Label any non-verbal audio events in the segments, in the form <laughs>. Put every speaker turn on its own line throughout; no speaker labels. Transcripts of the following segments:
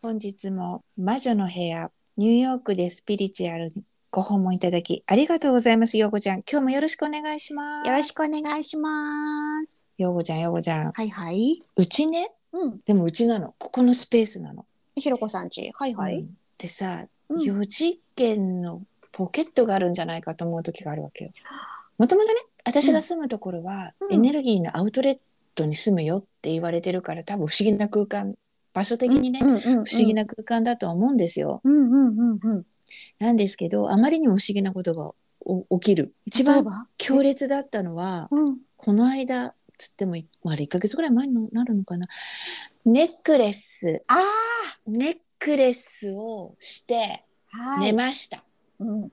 本日も魔女の部屋ニューヨークでスピリチュアルにご訪問いただきありがとうございますようこちゃん今日もよろしくお願いします
よろしくお願いします。
ようこちゃんようこちゃん
はいはい。
うちね
うん。
でもうちなのここのスペースなの
ひろこさんち。はいは
う
い。
んでさ、
うん
4次元のポケットがあるんじゃないかと思う時があるわけよもともとね私が住むところは、
うん
エネルギーのアウトレットに住むよって言われてるから多分不思議な空間場所的にね、
うんうんうん
不思議。な空間だとは思うんですよ、
うんうんうんうん。
なんですけどあまりにも不思議なことがお起きる一
例え
番
ば。
強烈だったのは
うん。
この間つってもいあれ1ヶ月ぐらい前になるのかなネックレス
あ
ネックレスをして
あ。は
寝
い。
ました、
うん。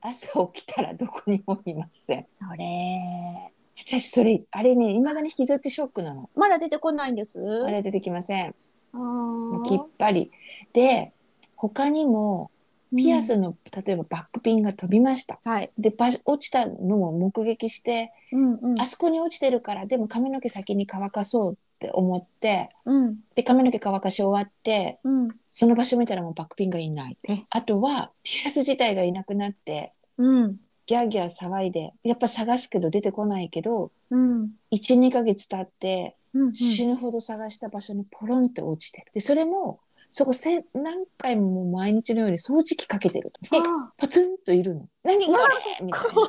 朝起きたらどこにもいません
それ。
私それあれねいまだに引きずってショックなの
まだ出てこないんです。
あ
あ
れ出てきませんもうきっ
ー
ぱりで他にもピアス。の、例えばバックピンが飛びました
うんはい。
でバシ落ちたのも目撃して
うんうん
あそこに落ちてるからでも髪の毛先に乾かそうって思って
うん
で髪の毛乾かし終わって
うん。
その場所見たらもうバックピンがいない
え
あとはピアス自体がいなくなって
うん。
ギャーギャー騒いでやっぱ探すけど出てこないけど
うん。
12ヶ月経って
うん。
死ぬほど探した場所にポロンって落ちてるでそれもそこせ何回ももう毎日のように掃除機かけてるとで
あー
ポツンといるの何これみたい
怖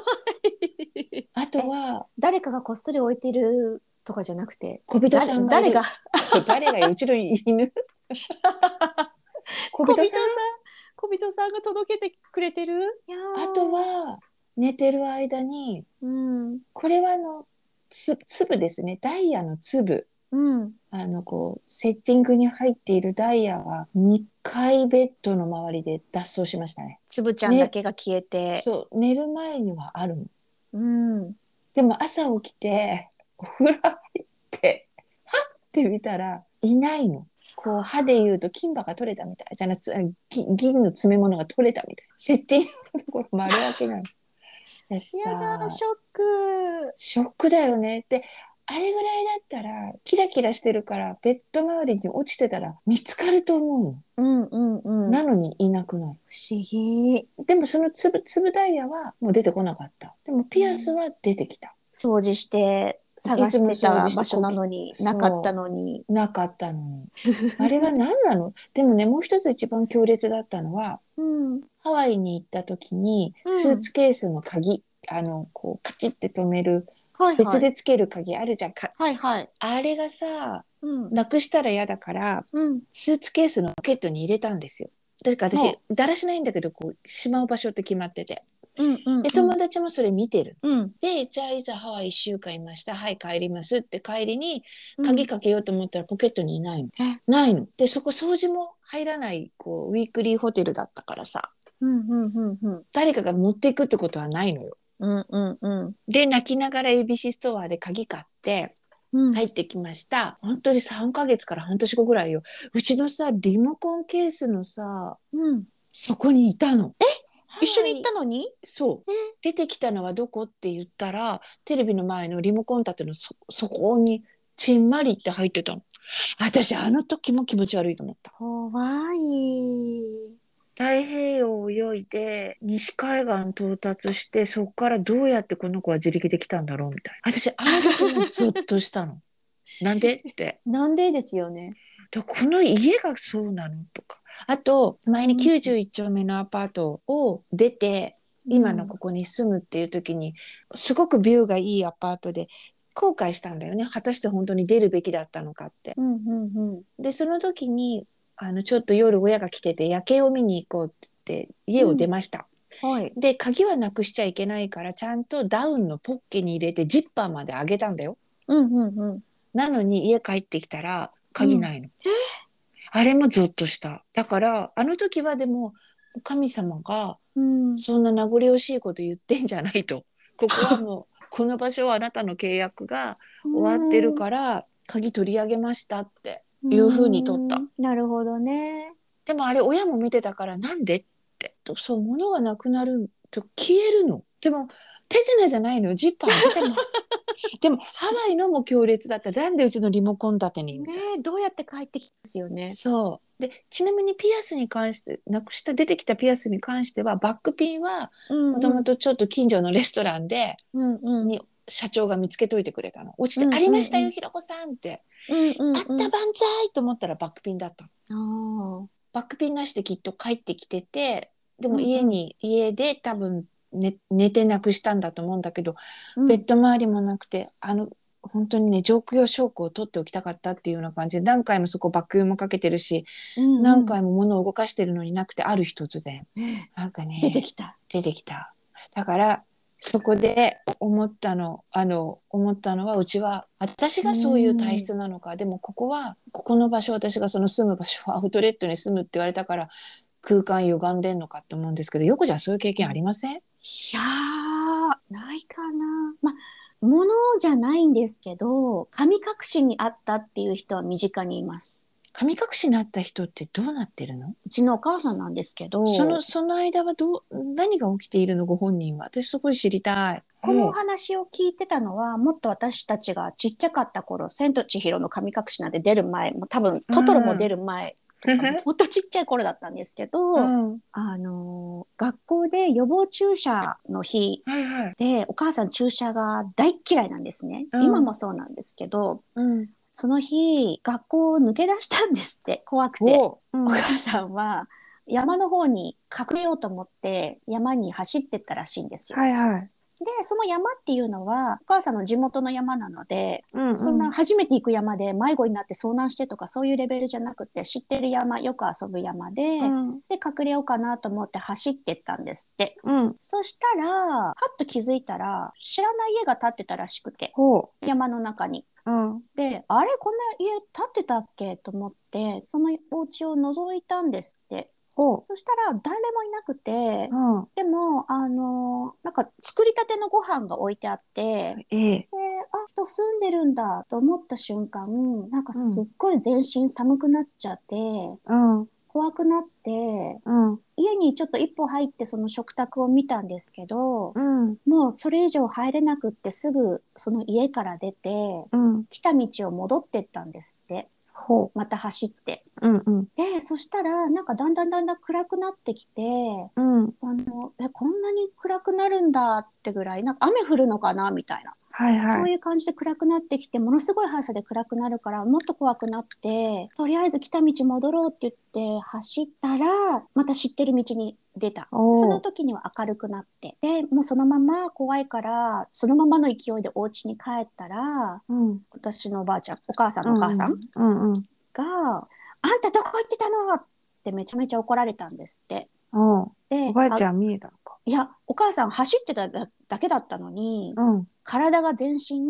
なあとは
誰かがこっそり置いてるとかじゃなくて。
小人さんがい
誰
る
が。
誰がうちの
<laughs>
犬小
小人
人
さ
さ
ん
ん。
小人さんが届けてくれてる。
あと。は寝てる間に
うん。
これはあのつ粒ですねダイヤの粒
うん。
あのこうセッティングに入っているダイヤが2回ベッドの周りで脱走しましたね
つぶちゃんだけが消えて。
そう寝る前にはあるの
うん。
でも朝起きてお風呂入ってはっって見たらいないのこう歯で言うと金歯が取れたみたいじゃなつぎ銀の詰め物が取れたみたいセッティングのところ丸開けな
<laughs>
の。私
や
さ
だ、ショック。
ショックだよねであれぐらいだったらキラキラしてるからベッド周りに落ちてたら見つかると思
うんうん
う
う
の、
ん。
なのにいなくない
不思議。
でもその粒粒ダイヤはもう出てこなかったでもピアスは出てきた、
掃除して探してた場所なのに
い、つも掃除して
なかったのに。
なかったのにあれは何なの <laughs> でもねもう一つ一番強烈だったのは
うん。
ハワイに行った時に
うん
スーツケースの鍵、あのこうカチッて止める
はい
別
はい。
でつける鍵あるじゃん、か
はいはい。
あれがさ
うん。
なくしたら嫌だから
うん。
スーツケースのポケットに入れたんですよ。確か
は
私だらしないんだけどこうしまう場所って決まってて
うん。うん
で友達もそれ見てる、
うん。
でじゃあいざハワイ1週間いましたはい帰りますって帰りに鍵かけようと思ったらポケットにいないの。
え
ないの。でそこ掃除も入らないこうウィークリーホテルだったからさ
うんうんうんうん。
誰かが持っていくってことはないのよ。
うんうんうん。
で泣きながら ABC ストアで鍵買って
うん。
入ってきました。本当に3ヶ月から半年後ぐらいよ。うちのさリモコンケースのさ
うん。
そこにいたの。え
一緒に行ったのに
そう
え
出てきたのはどこって言ったらテレビの前のリモコン立てのそそこにちんまりって入ってたの私あの時も気持ち悪いと思った
怖い。
太平洋を泳いで西海岸到達してそこからどうやってこの子は自力で来たんだろうみたいな私あの時もゾッとしたの <laughs> なんでって
なんでですよね。
でこの家がそうなのとかあと前に91丁目のアパートを出て今のここに住むっていう時にすごくビューがいいアパートで後悔したんだよね果たして本当に出るべきだったのかって。
うんうんうん。
でその時にあのちょっと夜親が来てて夜景を見に行こうって言って家を出ました、
はい。
で鍵はなくしちゃいけないからちゃんとダウンのポッケに入れてジッパーまで上げたんだよ
うんうんうん。
なのに家帰ってきたら鍵ないの、あれもゾッとしただからあの時はでも神様が
うん。
そんな名残惜しいこと言ってんじゃないと。ここはもう、この場所はあなたの契約が終わってるから、鍵取り上げましたって。いう風に撮った
うん。なるほどね。
でもあれ、親も見てたから、なんでって。とそう、物がなくなると消えるの。でも、手品じゃないのよジッパー
<laughs>
でもでもハワイのも強烈だったなんでうちのリモコン建てにみたいな、
えどうやって帰ってきますよね。
そうでちなみにピアスに関してなくした出てきたピアスに関してはバックピンは
うん
もともとちょっと近所のレストランで
うんうん
に社長が見つけといてくれたの落ちて「
うん
ありました
うんう
よ
ん
ひろこさん」って
うんう
「
ん。
あった万歳!」と思ったらバックピンだったの
あ
バックピンなしできっと帰ってきててでも
うんうん
家に、家で多分寝寝てなくしたんだと思うんだけど、
あ。
ベッド周りもなくてあの本当にね上空用証拠を取っておきたかったっていうような感じで何回もそこバックもかけてるし、
うん
何回も物を動かしてるのになくてある日突然なんかね
出てきた。
出てきただからそこで思ったのあの思ったのはうちは私がそういう体質なのか、でもここはここの場所私がその住む場所はアウトレットに住むって言われたから空間歪んでんのかって思うんですけどよくじゃんそういう経験ありません、
いやーないかな。まあ物じゃないんですけど神隠しにあったっていう人は身近にいます。
神隠しになった人ってどうなってるの
うちのお母さんなんですけど
そのその間はどう何が起きているのご本人は私そこで知りたい。
このお
うん
話を聞いてたのは、もっと私たちがちっちゃかった頃、千と千尋の神隠しなんて出る前、もう多分トトロも出る前、もっとちっちゃい頃だったんですけど、
うん
あのー、学校で予防注射の日
はいはい
で、お母さん注射が大っ嫌いなんですね。
うん
今もそうなんですけど、
うん、
その日、学校を抜け出したんですって、怖くて。
おう
お
ん
母さんは、山の方に隠れようと思って、山に走ってったらしいんですよ。
いはい。
で、その山っていうのは、お母さんの地元の山なので、
うん
そんな初めて行く山で迷子になって遭難してとかそういうレベルじゃなくて、知ってる山、よく遊ぶ山で、
うん
で、隠れようかなと思って走ってったんですって。
うん、
そしたら、はっと気づいたら、知らない家が建ってたらしくて、
ほう
山の中に。
うん
で、あれこんな家建ってたっけと思って、そのお家を覗いたんですって。
ほ
そしたら、誰もいなくて
う、ん
でも、あのなんか作りたてのご飯が置いてあって、
ええ
で、あ、人住んでるんだと思った瞬間、なんかすっごい全身寒くなっちゃって、
うん
怖くなって、
うん
家にちょっと一歩入ってその食卓を見たんですけど、
うん
もうそれ以上入れなくってすぐその家から出て、
うん
来た道を戻ってったんですって。
ほ
また走って。
ううんうん
で、そしたら、なんかだんだんだんだん暗くなってきて、
うん
あの、え、こんなに暗くなるんだってぐらい、なんか雨降るのかなみたいな。
はい
そう
い
いう感じで暗くなってきて、ものすごい速さで暗くなるから、もっと怖くなって、とりあえず来た道戻ろうって言って走ったら、また知ってる道に出た。
おー
その時には明るくなって。で、もうそのまま怖いから、そのままの勢いでお家に帰ったら、
うん
私のおばあちゃん、お母さんのお母さん
うんうん
が、あんたどこ行ってたのってめちゃめちゃ怒られたんですって。
おう
で、
おばあち
ん
ゃん見えたのか
いや、お母さん走ってただだけだったのに、
うん
体が全身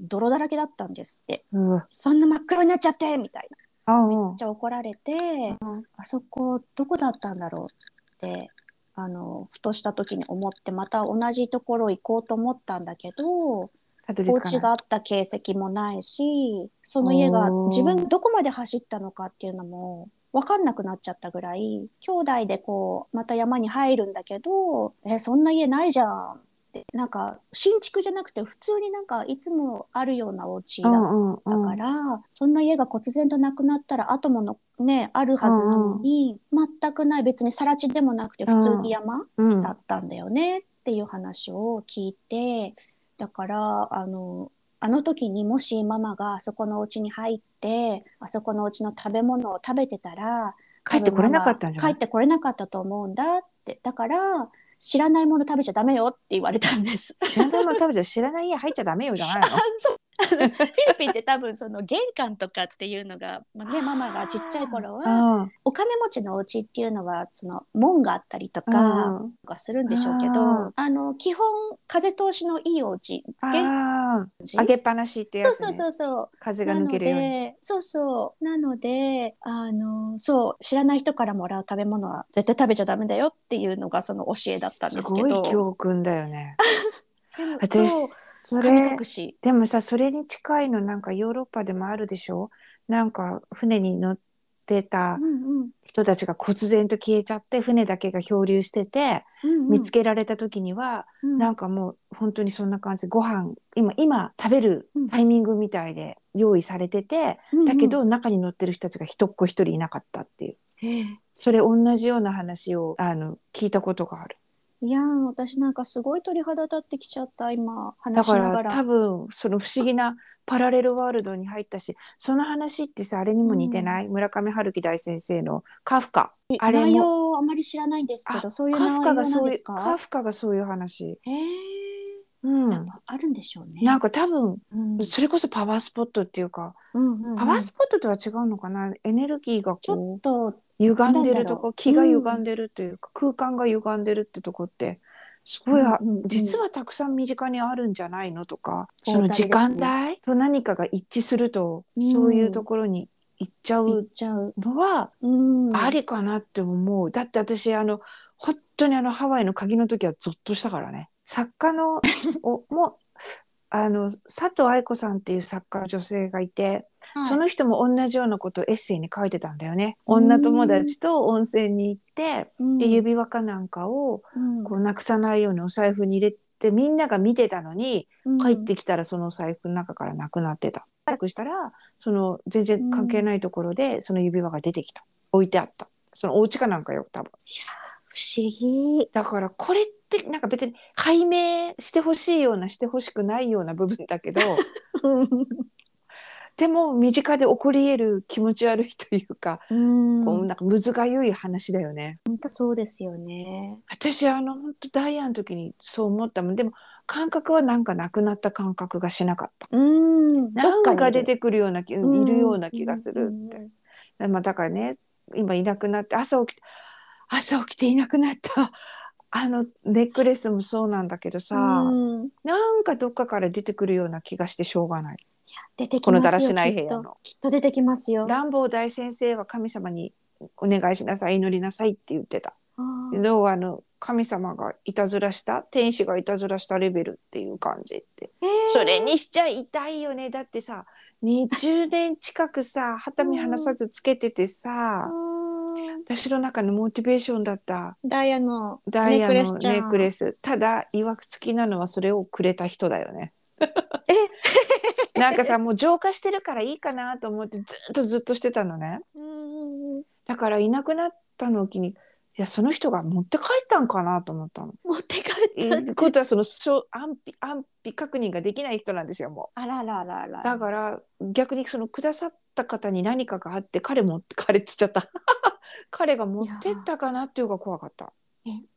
泥だらけだったんですって。
うわ
そんな真っ黒になっちゃってみたいな。
あうん
めっちゃ怒られて、あそこどこだったんだろうって、あの、ふとした時に思って、また同じところ行こうと思ったんだけど、お
たどり着か
家
な
が
い
あった形跡もないし、その家が
おー
自分どこまで走ったのかっていうのも、わかんなくなっちゃったぐらい、兄弟でこう、また山に入るんだけど、え、そんな家ないじゃんって、なんか、新築じゃなくて、普通になんか、いつもあるようなお家だった
うん
だ
うん
から、そんな家が忽然となくなったら後ものねあるはずなのに、全くない別に更地でもなくて普通に山
うん
だったんだよねっていう話を聞いてだからあのあの時にもしママがあそこのお家に入ってあそこのお家の食べ物を食べてたら
帰ってこれなかったんじゃない
帰ってこれなかったと思うんだってだから知らないもの食べちゃダメよって言われたんです。
知らないもの食べちゃ知らない家入っちゃダメよじゃないの
フィリピンって多分その玄関とかっていうのが、まあね、ママがちっちゃい頃は
うん
お金持ちのお家っていうのはその門があったりとか
うん
とかするんでしょうけど、
うん
あの基本風通しのいいお家
あ
そ
あ上げっぱなしってや
う
つね
そうそうそう
風が
な
抜
の
けるように
でそうそうなのであのそう知らない人からもらう食べ物は絶対食べちゃダメだよっていうのがその教えだったんです
す
け
ごい
ど
教訓だよね
そう
私そ
神
れ
隠し
でもさそれに近いのなんかヨーロッパでもあるでしょなんか船に乗ってた
うんうん
人たちが忽然と消えちゃって船だけが漂流してて見つ
け、
けられた時には、
うん
なんかもう本当にそんな感じご飯今今食べる
うん
タイミングみたいで用意されてて、だけ、ど中に乗ってる人たちが一っ子一人いなかったっていう
うんうん
それ同じような話をあの聞いたことがある。
いやー私なんかすごい鳥肌立ってきちゃった
だ
今話し
か
なが
ら
ら
多分その不思議なパラレルワールドに入ったしその話ってさあれにも似てない、村上春樹大先生の「カフカ」あれ
内
も
容をあまり知らないんですけど
あ
そういう内
カフ
容
カ
な
がそ
ん
うい
で
う
す
カ
か
フカがそういう話、
へえ
うん、
やっぱあるんでしょうね
なんか多分
うん
それこそパワースポットっていうか、
うんうん
パワースポットとは違うのかなエネルギーが
ちょ
こ
っと
う歪んでると
なんだろ
こ
う
気が歪んでるというか、空間が歪んでるってとこってすごい、あ
うんうんうん
実はたくさん身近にあるんじゃないのとか、そ
トータ
の
ルです
時
ね
間帯と何かが一致すると、
うん
そういうところに行っちゃ
言っ
う
ちゃう、
のは
うん、
ありかなって思う。だって私あの本当にあのハワイの鍵の時はゾッとしたからね。作家のお <laughs> もあの佐藤愛子さんっていう作家の女性がいて、
はい
その人も同じようなことをエッセイに書いてたんだよね。女友達と温泉に行って、
うん
で指輪かなんかを
うん
こうなくさないようにお財布に入れてみんなが見てたのに
うん
帰ってきたらそのお財布の中からなくなってた。早くしたらその全然関係ないところでその指輪が出てきた置いてあったそのお家かなんかよ多分
不思議
だからこれってなんか別に解明してほしいようなしてほしくないような部分だ
<laughs>
けどでも身近で起こり得る気持ち悪いというか、
うん
こうなんかむずがゆい話だよね。
本当そうですよね
私あの本当ダイヤの時にそう思ったもんでも感覚はなんかなくなった感覚がしなかった
うん
なんか出
て
てくるような気いるような気がするって、まあ、だからね今いなくなって朝起き朝起きていなくなった <laughs> あのネックレスもそうなんだけどさ、
うん
なんかどっかから出てくるような気がしてしょうがない
出てきますよ
このだらしない部屋の
きっときっと出てきますよ
乱暴大先生は神様にお願いしなさい祈りなさいって言ってた
あー
要はあの神様がいたずらした天使がいたずらしたレベルっていう感じって
へー
それにしちゃ痛いよねだってさ20年近くさ肌身離さずつけててさ
うん
私の中のモチベーションだった
ダイヤの
ダイヤのネ
ネックレスちゃん
ックレスただいわくつきなのはそれをくれた人だよね。 <laughs> なんかさもう浄化してるからいいかなと思ってずっとずっとしてたのね。
うん
だからいなくなったのを機にいやその人が持って帰ったんかなと思った
<laughs>
の。
持って帰
い
った
うことはその証安否安否確認ができない人なんですよも
あらららら
うだから逆にそのくださった方に何かがあって彼も <laughs> 彼っつっちゃった彼が持ってったかなっていうか怖かった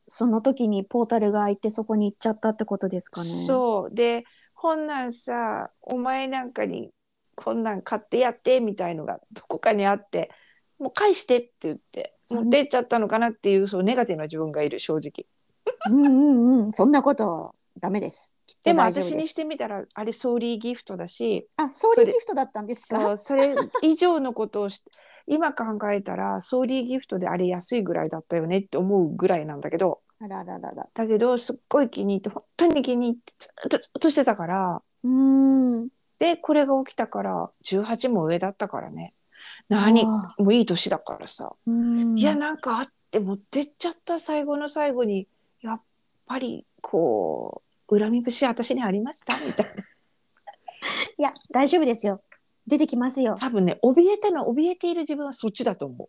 その時にポータルが開いてそこに行っちゃったってことですかね
そうでこんなんさお前なんかにこんなん買ってやってみたいのがどこかにあってもう返してって言って
うん
持ってっちゃったのかなっていうそのネガティブな自分がいる正直
うんうんうんそんなことダメですきっと
でも
大丈夫
私にしてみたらあれソーリーギフトだし
あソーリーギフトだったんです
そ
か
うそれ以上のことをして今考えたらソーリーギフトであれ安いぐらいだったよねって思うぐらいなんだけど
あらららら
だけどすっごい気に入って本当に気に入ってずっとずっとしてたから
うん
でこれが起きたから18も上だったからね何も
あ
ういい年だからさ、
ーうん
いやなんかあって持ってっちゃった最後の最後にやっぱりこう恨み節私にありましたみたいない
や大丈夫ですよ出てきますよ
多分ね怯えたの怯えている自分はそっちだと思う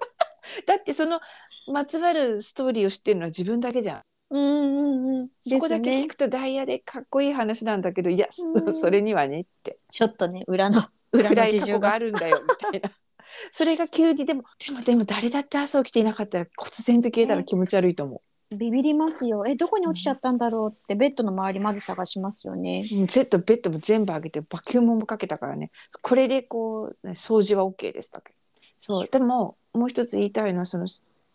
<laughs> だってそのまつわるストーリーを知ってるのは自分だけじゃん、
うんうんうん
そこだけ聞くとダイヤでかっこいい話なんだけどいや、
うん
それにはねって
ちょっとね裏の裏
暗
の
い
事
過去
情
が
が
あるんだよみたい <laughs> なそれが急にでもでもでも誰だって朝起きていなかったら突然と消えたら気持ち悪いと思
ビビりますよえどこに落ちちゃったんだろうってベッドの周りまで探しますよね
う、セットベッドも全部上げてバキュームもかけたからねこれでこうね掃除は OK でしたけどそうでももう一つ言いたいのはその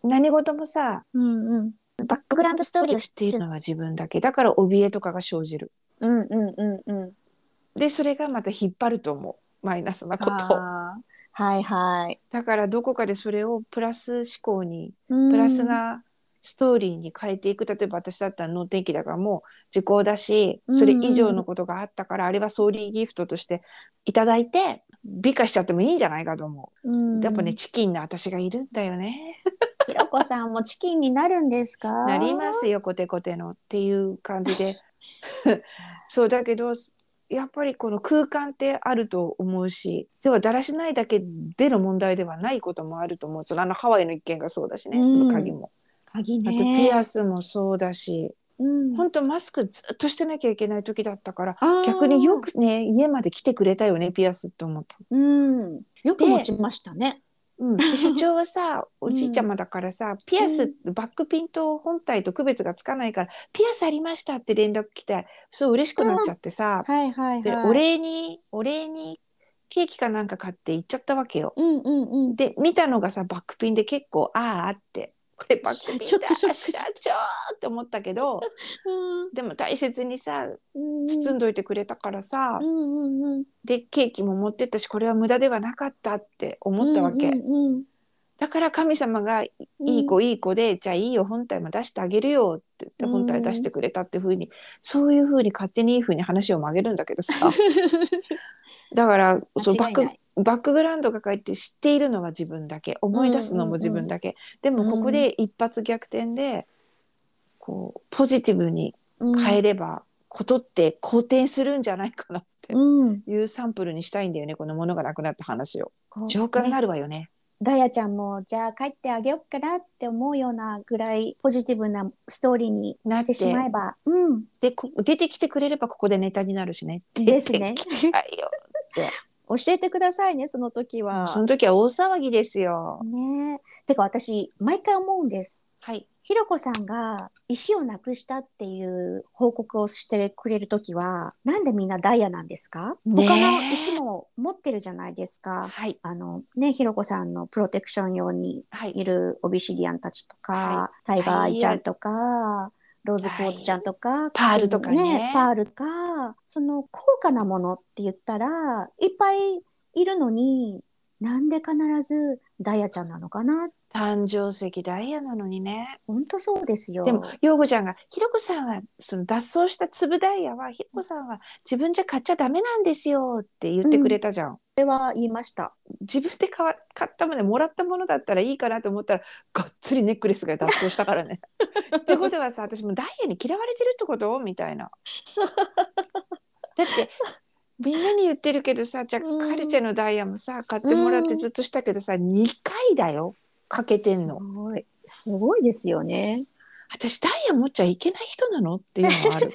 何事もさ
うんうん
バックグラウンドストーリーを知っているのは自分だけだから怯えとかが生じる
うんうんうんうん
でそれがまた引っ張ると思うマイナスなことを
あーはいはい
だからどこかでそれをプラス思考に
プ
プラスなストーリーに変えていく例えば私だったら脳天気だからもう時効だしそれ以上のことがあったからあれはソーリーギフトとしていただいて美化しちゃってもいいんじゃないかと思
うん
う。やっぱね、チキンの私がいるんだよね。
ひろこさんもチキンになるんですか
なりますよ、コテコテのっていう感じで。 <laughs> そうだけど、やっぱりこの空間ってあると思うし、ではだらしないだけでの問題ではないこともあると思う。そのあのハワイの一件がそうだし
う
ね、
ん
その鍵も。
鍵
あ
ね
とピアスもそうだし、
うん
本当マスクずっとしてなきゃいけない時だったから、
あー
逆によくね、家まで来てくれたよね、ピアスって思った。
うんよく持ちましたね
うん、で社長は
<laughs>
さおじいちゃまだからさ、ピアスバックピンと本体と区別がつかないから「ピアスありました」って連絡来てそう嬉しくなっちゃってさ、
はいはい
で
はい
お礼にお礼にケーキかなんか買って行っちゃったわけよ。
うんうんうん
で見たのがさバックピンで結構「あーあ」って「これバックピンだ
ちょっとショック
社長!」って思ったけ
<laughs>
どでも大切にさ包んどいてくれたからさ、
うんうんうんうん
でケーキも持ってったしこれは無駄ではなかったって思ったわけ。
うんうん
だから神様が
うん
いい子いい子で、じゃあいいよ本体も出してあげるよって言って
うん
本体出してくれたっていうふうに、そういうふうに勝手にいいふうに話を曲げるんだけど
<laughs>
さだからそうバ
間違
ッ
いない
クバックグラウンドが書いて知っているのは自分だけ思い出すのも自分だけ、でもここで一発逆転で、こうポジティブに変えれば、ことって好転するんじゃないかなって
うん
いうサンプルにしたいんだよねこの物がなくなった話を。浄化になるわよね
ダヤちゃんもじゃあ帰ってあげようかなって思うようなぐらいポジティブなストーリーに
なっ
しててしまえば、うん、
でこ出てきてくれればここでネタになるしね。
ですね
出てきちゃうよ。
教えてくださいねその時は。
その時は大騒ぎですよ。
ねえてか私毎回思うんです。
はい。
ひろこさんが石をなくしたっていう報告をしてくれる時はなんでみんなダイヤなんですか、
ねえ
他の石も持ってるじゃないですか。
はい。
あのねひろこさんのプロテクション用に
はい。
いるオビシリアンたちとか、タイ
は
ガ
い
ーアイちゃんとか、ローズクォーツちゃんとか、
パールとかね
パールか、その高価なものって言ったら、いっぱいいるのに、なんで必ずダイヤちゃんなのかな
誕生石ダイヤなのにね。
ほんとそうですよ。
でも、陽子ちゃんが、ひろこさんは、その脱走した粒ダイヤは、ひろこさんは自分じゃ買っちゃダメなんですよって言ってくれたじゃん。
それは言いました。
自分で買わ買ったもの、もらったものだったらいいかなと思ったら、がっつりネックレスが脱走した
<laughs>
からね。ってことはさ、私もうダイヤに嫌われてるってことみたい
<laughs>
な。だって、みんなに言ってるけどさ、じゃ
う
あ
ん
カルチェのダイヤもさ、買ってもらっ
う
て
ん
ずっとしたけどさ、2回だよ、かけてんの。
すごい。すごいですよね。
私、ダイヤ持っちゃいけない人なのっていうのもあ
<laughs>
る。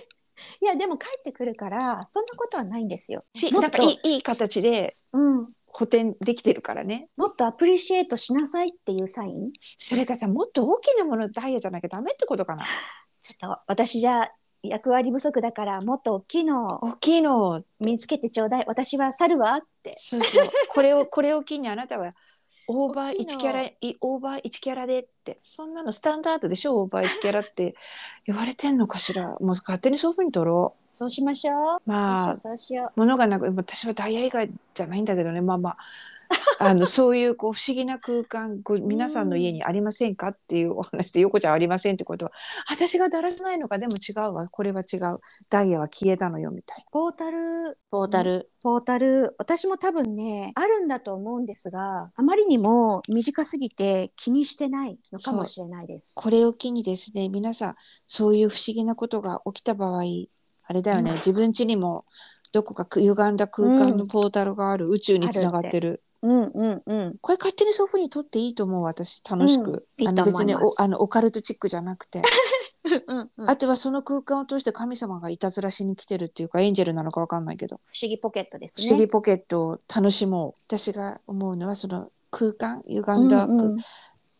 いや、でも帰ってくるから、そんなことはないんですよ。
し、
も
な
っ
んか
と
いいいい形で
うん。
補填できてるからね。
もっとアプリシエイトしなさいっていうサイン
それがさ、もっと大きなものダイヤじゃなきゃダメってことかな。
ちょっと私じゃ役割不足だからもっと大きいのを
大きいのを
身につけてちょうだい私は猿はって
そうそう。こ
<laughs>
れをこれを機にあなたはオーバー
大
1
きいの
キャラいオーバー1キャラでってそんなのスタンダードでしょオーバー1キャラ
<laughs>
って言われてんのかしら。もう勝手にそういう風に取ろ
そうしましょう
う。まあ
そうしよう
物がなく私はダイヤ以外じゃないんだけどねまあ
<laughs>
まあ。あのそういうこう不思議な空間ご皆さんの家にありませんかっていうお話で横ちゃんありませんってことは私がだらしないのかでも違うわこれは違うダイヤは消えたのよみたい
ポータル
ポータル
ポータル私も多分ねあるんだと思うんですがあまりにも短すぎて気にしてないのかもしれないです
これを機にですね皆さんそういう不思議なことが起きた場合あれだよね、
うん
自分家にもどこかく歪んだ空間のポータルがある、宇宙につながってる
うんうんうん
これ勝手にそういうふうに撮っていいと思う私楽しく、
うんいいと
あの
思います
別におあのオカルトチックじゃなくて
うんうん
あとはその空間を通して神様がいたずらしに来てるっていうかエンジェルなのかわかんないけど
不思議ポケットです
不
ね
思議ポケットを楽しもう私が思うのはその空間歪んだ
うんうん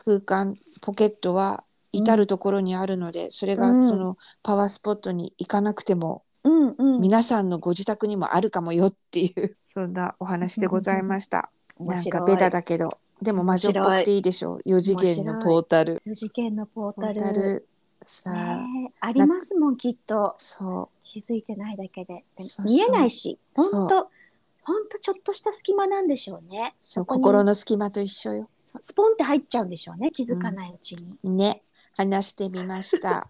空間ポケットは至る所にあるので、それが
うん
そのパワースポットに行かなくても、
うんうん
皆さんのご自宅にもあるかもよっていう <laughs> そんなお話でございました。
面
なん
白い
かベタだけどでも魔女っぽくていいでしょう4次元のポータル。
四次元のポー
ポ
タ
ー
ル
タルさあ、
ねえありますもんきっと
そ
気づいてないだけでで
そ
も
うそう
見えないし
そ
ほ
うん
とほんとちょっとした隙間なんでしょうね
うそう
こに
心の隙間と一緒よ。
スポンって入っちゃうんでしょうね気づかないうちに、 <laughs>
ね話してみました。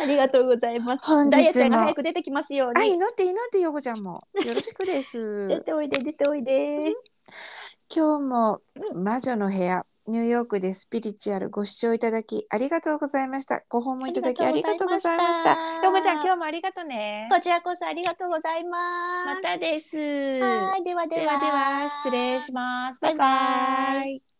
ありがとうございます
本日も
ダイヤちゃんが早く出てきますよう
あ、
に
祈って祈って、ヨコちゃんも。よろしくで
出 <laughs>
す。
ておいで出ておいで
今日も魔女の部屋、ニューヨークでスピリチュアルご視聴いただきありがとうございました。ご訪問いただきありがとうございました。ヨコちゃん、今日もありがとうね。
こちらこそありがとうございま
ま
す
たです。
はいでは
で
では
はでは、失礼します。バイバ
バイバ
イ